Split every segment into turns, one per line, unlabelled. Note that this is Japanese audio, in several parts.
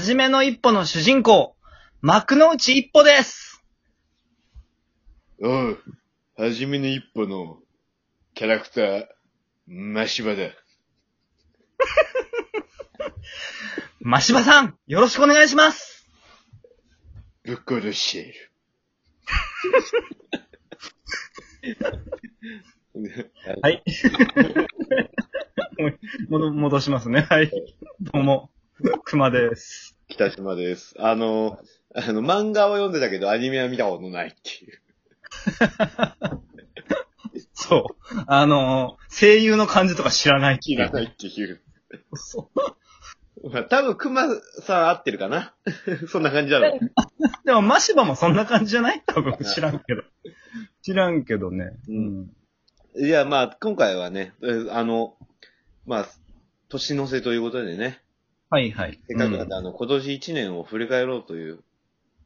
じめの一歩の主人公、幕の内一歩です。
おう、はじめの一歩のキャラクター、マシバだ。
マシバさん、よろしくお願いします。
ぶっ殺している。
はい。もど戻しますね。 はい。どうも、熊です。
北島です。あの、あの、漫画は読んでたけど、アニメは見たことないっていう。
そう。あのー声優の感じとか知らないって
知
い
ら
う。
ないっていう。
そう
まあ、多分、熊さん合ってるかな そんな感じだろう。
でも、マシバもそんな感じじゃない多分知らんけど。知らんけどね。
うんいや、まあ、今回はね、えーあの、まあ、年の瀬ということでね、
はいはい。
せっかくなんで、あの、今年一年を振り返ろうという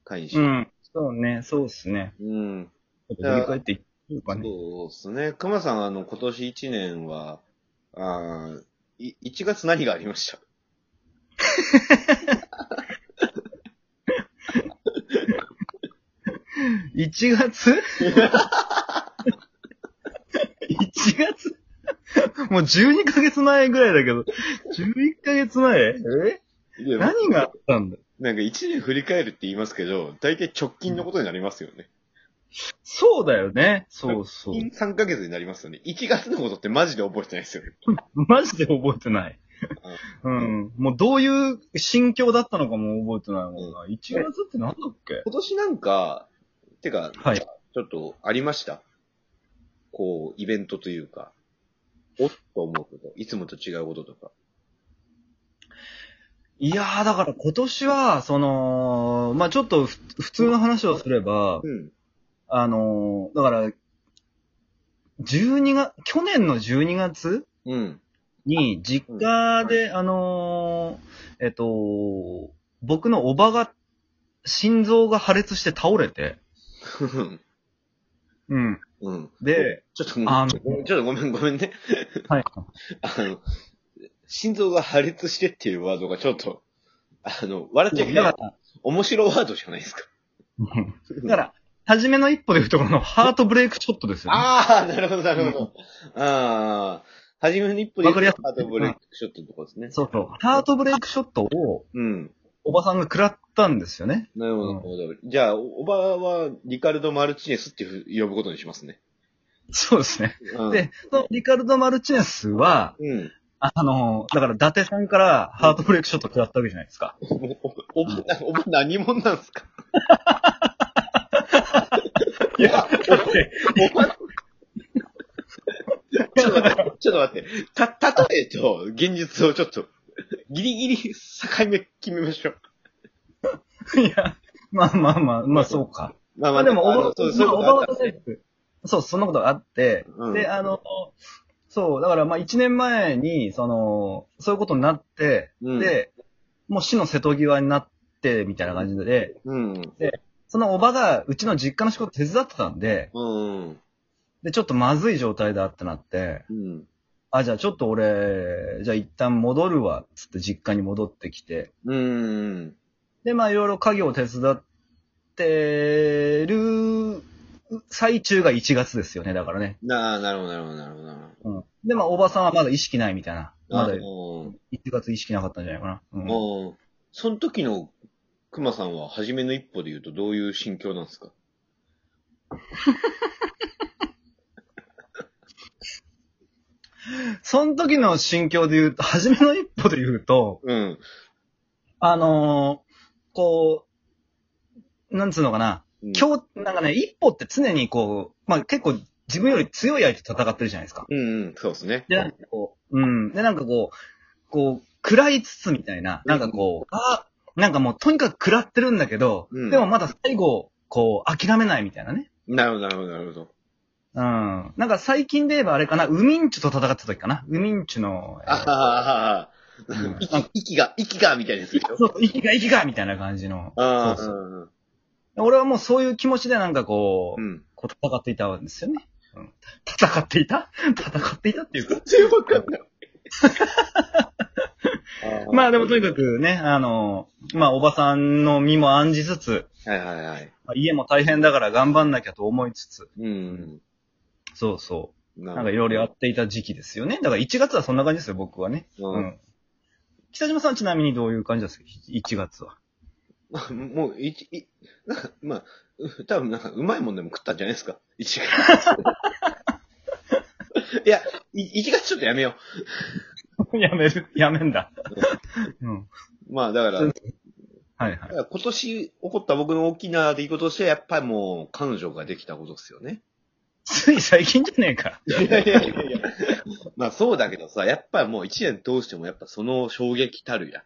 会にし
う
よ
ん。そうね、そうっすね。
う。うん。
ちょっと振り返っていってみようかね。
そうですね。熊さん、あの、今年一年は、あーい1月何がありました
1月 ?1 月もう12ヶ月前ぐらいだけど、11ヶ月前え
いや
何があったんだ
なんか一年振り返るって言いますけど、大体直近のことになりますよね。
そうだよね。そうそう。
3ヶ月になりますよね。1月のことってマジで覚えてないですよね。
マジで覚えてない。うん。もうどういう心境だったのかも覚えてないもんな。1月ってなんだっけ
今年なんか、てか、
はい
ちょっとありましたこう、イベントというか、おっと思うこと、いつもと違うこととか。
いやー、だから今年は、その、まあちょっとふ普通の話をすれば、
うん。
あのーだから、12月、去年の12月
うん。
に、実家で、あのーえっと、僕のおばが、心臓が破裂して倒れて、うん。
うん。
で、
ちょっと、ちょ
あの
っとごめんちょっとごめん、ごめんね。
はい。
あの、心臓が破裂してっていうワードがちょっと、あの、笑っちゃいけ
だ
ない
か。ら、
面白ワードじゃないですか。
だから、初めの一歩で言うところのハートブレイクショットですよね。
ああ、なるほど、なるほど。ああ、はじめの一歩で言うと
わかりやすい
ハートブレイクショットのとこですね。
そうそう。ハートブレイクショットを、
うん。
おばさんが食らったんですよね。
なるほど、なるほど。じゃあ、おおばは、リカルド・マルチネスってふ呼ぶことにしますね。
そうですね。
うん、
で、そのリカルド・マルチネスは、
うん。
あのーだから、伊達さんからハートブレイクショット食らったわけじ ゃないですか。
おおば、おば何者なんですか
いや、
おば、ちょっと待って、ちょっと待って。た、例えと現実をちょっと、ギリギリ境目決めましょう。
いや、まあまあまあ、まあそうか。
まあ
ま
ま
あ
あ、
でも、
あの
おば、
そうそういうこ
ま
と
あ
があ
おば
った
は
んですね
ねそう、そんなことがあって、
うん
で、あの、そう、だからまあ1年前に、その、そういうことになって、
うん
で、もう死の瀬戸際になって、みたいな感じで、
うん。
そのおばが、うちの実家の仕事手伝ってたんで、
うん。
で、ちょっとまずい状態だってなって、
うん。
あ、じゃあちょっと俺、じゃあ一旦戻るわ、つって実家に戻ってきて、
うん。
で、まあ、いろいろ家業を手伝ってる最中が1月ですよね、だからね。
なあ、なるほど、なるほど、なるほどなるほど。
うん。で、まあ、おばさんはまだ意識ないみたいな。まだ
う
1
ん。
月意識なかったんじゃないかな。うん。
うん。その時の熊さんは、初めの一歩で言うと、どういう心境なんですか
その時の心境で言うと、初めの一歩で言うと、
うん。
あのーこう、なんつうのかな。今日、なんかね、一歩って常にこう、まあ、結構自分より強い相手と戦ってるじゃないですか。
うんうん、そうですね。
で、なんかこう、うん。で、なんかこう、こう、食らいつつみたいな、なんかこう、あなんかもうとにかく食らってるんだけど、
うん
でもまだ最後、こう、諦めないみたいなね。
なるほど、なるほど、なるほど。
うん。なんか最近で言えばあれかな、ウミンチュと戦った時かな。ウミンチュの、えー
ああ
うん、
息、息が、息が、みたいなやつでしょ
そう、息が息がみたいな感じの。
あ
そう
あ、
俺はもうそういう気持ちでなんかこう、
うん。
こう戦っていたんですよね。うん、戦っていた 戦っていたっていうか。
全然わかんない。
まあでもとにかくね、あの、まあ、おばさんの身も案じつつ、
はいはいはい。
まあ家も大変だから頑張んなきゃと思いつつ、
うん。
そうそ
な
う。なんかいろいろやっていた時期ですよね。だから1月はそんな感じですよ、僕はね。
う。
うんん。北島さんちなみにどういう感じですか ?1 月は。
まあもう、いち、い、なんか、まあ、う多分なんか、うまいもんでも食ったんじゃないですか。1月。いや、い1月ちょっとやめよ
やめる、やめんだ。うん。
う。まあ、だから、
うんはいはい
だ。から今年起こった僕の大きな出来事としては、やっぱりもう、彼女ができたことですよね。
つい最近じゃねえか。
いやいやいやいや。 まあそうだけどさ、やっぱりもう一年通してもやっぱその衝撃たるや。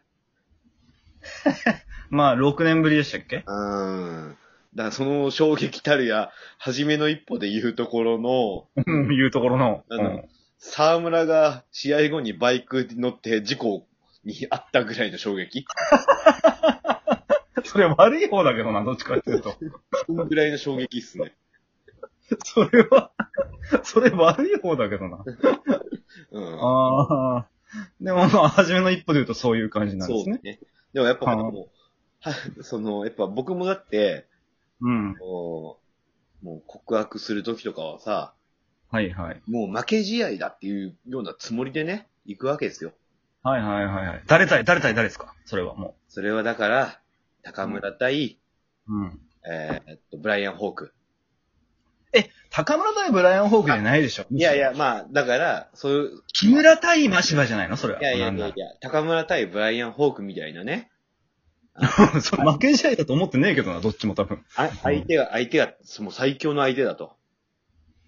まあ、6年ぶりでしたっけ
うん。だからその衝撃たるや、初めの一歩で言うところの、
うん、いうところの。
あ
う
の
ん。
沢村が試合後にバイクに乗って事故にあったぐらいの衝撃
それ悪い方だけどな、どっちかっていうと。
そのぐらいの衝撃っすね。
それは、それ悪い方だけどな。
うん。
ああ。でもまあ、初めの一歩で言うとそういう感じなんです
そう
ね。
ね。でもやっぱ
はい
もう、はその、やっぱ僕もだって、
うん。
もうもう告白するときとかはさ、
はいはい。
もう負け試合だっていうようなつもりでね、行くわけですよ。
はいはいはいはい。誰対、誰対誰ですかそれはも
それはだから、高村対、
う。うん。
えーっと、ブライアン・ホーク。
え、高村対ブライアン・ホークじゃないでしょ
いやい。や、まあ、だから、そういう、
木村対マシバじゃないのそれは。
いやいや
なん
い
だ
やいや、高村対ブライアン・ホークみたいなね、
それ負け試合だと思ってねえけどな、どっちも多分。
あ相手が、相手が、もう最強の相手だと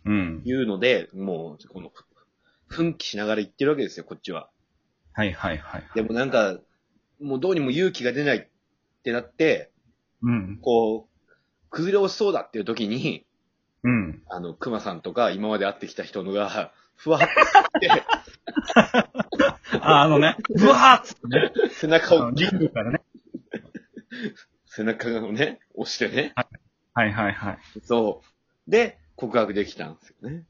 うん。
いうので、もう、この、奮起しながら言ってるわけですよ、こっちは。
はいはいはい。
でもなんか、もうどうにも勇気が出ないってなって、
うん。
こう、崩れ落ちそうだっていう時に、
うん。
あの、熊さんとか、今まで会ってきた人のが、ふわっとして、
あ、あのね、 うわーっつってね、
背中
あの、
を
リングからね。
背中をね、押してね。
はいはいはい。
そう。で、告白できたんですよね。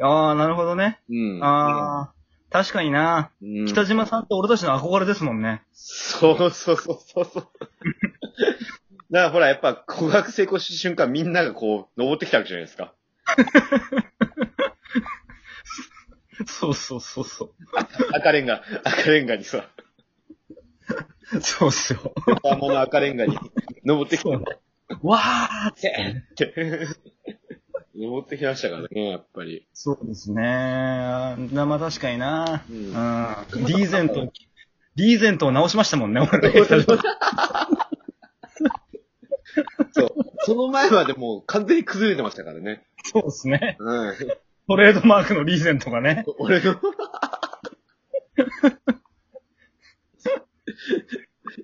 ああ、なるほどね。
うん。
ああ、確かにな。
うん、
北島さんって俺たちの憧れですもんね。
そうそうそうそうそう。 だからほら、やっぱ告白成功した瞬間、みんながこう、登ってきたわけじゃないですか。
そうそうそうそ
赤レンガ、赤レンガにさ、
う。そうっすよ。
横浜の赤レンガに登ってきた。
そう わーっつってね。
って登ってきましたからね、やっぱり。
そうですね。なまあ確かにな。
う
うんん。リーゼント、リーゼントを直しましたもんね、俺ら。
そう。その前までもう完全に崩れてましたからね。
そうですね。
うん。
トレードマークのリーゼントがね。
俺の。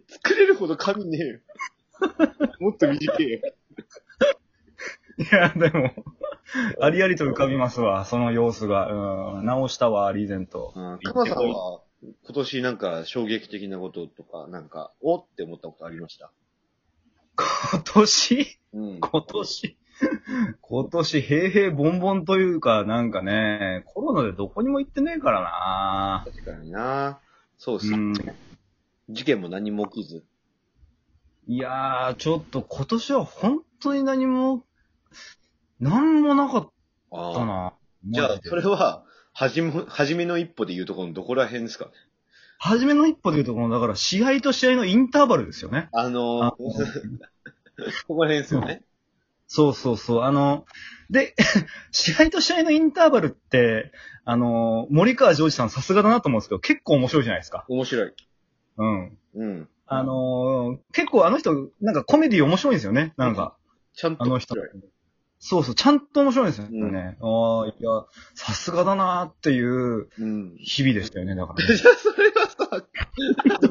作れるほど髪ねえよ。もっと短いよ。
いや、でも、ありありと浮かびますわ、その様子が。うん。直したわ、リーゼント。
カマさんは、今年なんか衝撃的なこととか、なんか、おって思ったことありました
今年
うん。
今年今年、平平ボンボンというか、なんかね、コロナでどこにも行ってねえからな。
確かになそうっす、
うん。
事件も何も起きず。
いやー、ちょっと今年は本当に何も、何もなかっ
あ
たな。
じゃ
マ
あ
ジ、で
それは、はじめ、はじめの一歩で言うところのどこら辺ですか
初めの一歩で言うと、この、だから試合と試合のインターバルですよね。
あの ー
あ
ここら辺ですよね。
そうそうそう。あの、で、 試合と試合のインターバルって、あの、森川ジョージさんさすがだなと思うんですけど、結構面白いじゃないですか。
面白い。
うん。
うん。
あの、結構あの人、なんかコメディ面白いんですよね。なんか、
ちゃんと
あの
面
人
白い。。
そうそう、ちゃんと面白いんですよね。ああ、いや、さすがだなっていう
うん。
日々でしたよね、だ から、
じゃあ、それはさ、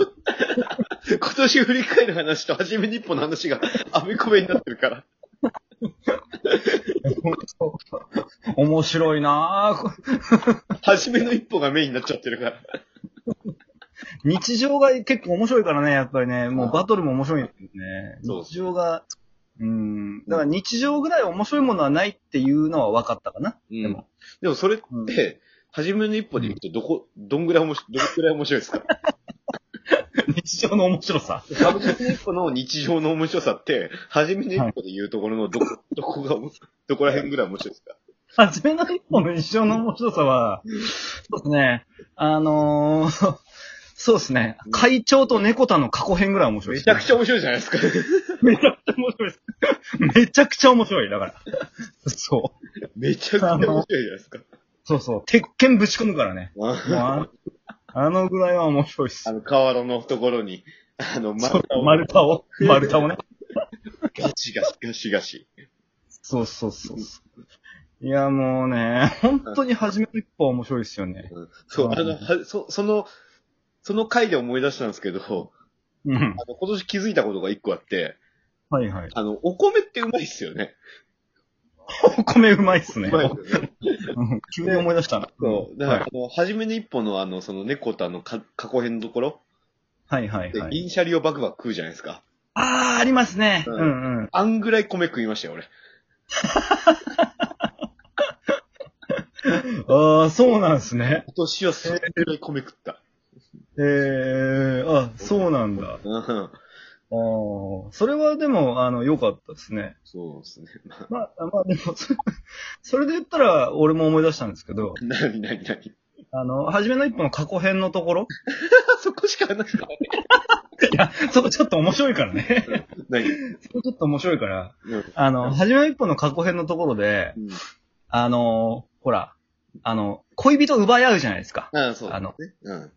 今年振り返る話と初めに一歩の話が アメコメになってるから。
面白いなぁこ
初めの一歩がメインになっちゃってるから。
日常が結構面白いからね、やっぱりね。も
あ
うバトルも面白いんですよ
そう
ね。日常が、うん。だから日常ぐらい面白いものはないっていうのは分かったかな。
うん
でも。
でもそれっ
うん
て、初めの一歩で言うとどこ、どんぐらい面白い、どんぐらい面白いですか
日常の面白さ。
サブチャンネル1個の日常の面白さって、初めの一歩で言うところのどこ、どこが、どこら辺ぐらい面白いですか
初めの一歩の日常の面白さは、そうですね。あのー、 そうですね。会長と猫田の過去編ぐらい面白い
め
です
ちゃくちゃ面白いじゃないですか。
めちゃくちゃ面白いです。めちゃくちゃ面白い。だから。そう。
めちゃくちゃ面白いじゃないですか。
そうそう。鉄拳ぶち込むからね。もう
あ
あのあのぐらいは面白いっす。
の、河原のところに、あの、
そう
丸太を
丸太を。丸太をね。
ガシガシガシガシ。
そうそうそうそう。いや、もうね、本当に初めの一歩は面白いですよね。
そうう、
ん
あの、はそその、その回で思い出したんですけど、
うん。
あの、今年気づいたことが一個あって、
はいはい。
あの、お米ってうまいっすよね。
お米うまいっす
う
ね。
まいっすよね。
うん急に思い出したな。
そう。だか
は
ら、
い
あの、初めの一歩のあの、その猫とあの、か過去編のところ、
はいはい
で
は、い。
銀シャリをバクバク食うじゃないですか。
あー、ありますね。
う
うんんうん。
あんぐらい米食いましたよ、俺。
ああ、そうなんですね。
今年はそれぐらい米食った。
ええー、あ、そうなんだ。ああ、
うん。
それはでも、あの、良かったですね。
そうですね。まあ、
まあ、まあでも、そそれで言ったら、俺も思い出したんですけど、
なになになに
あの、初めの一歩の過去編のところ、
そこしか話してない。
そこちょっと面白いからね。
何
そこちょっと面白いから、
うん
あの、初めの一歩の過去編のところで、
うん。
あの、ほら、あの、恋人奪い合うじゃないですか。
ああ、そう。
あの、
うん。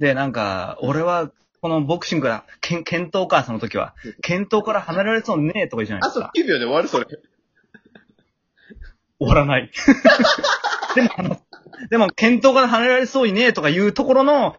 で、なんか、俺は、このボクシングから、けん剣闘か、その時は。剣闘から離れられそうにねえとか言うじゃない
あ
です
と
か。
9秒で終わる、それ。
終わら ない。でも、あの、でも、検討から離れられそうにねえとかいうところの、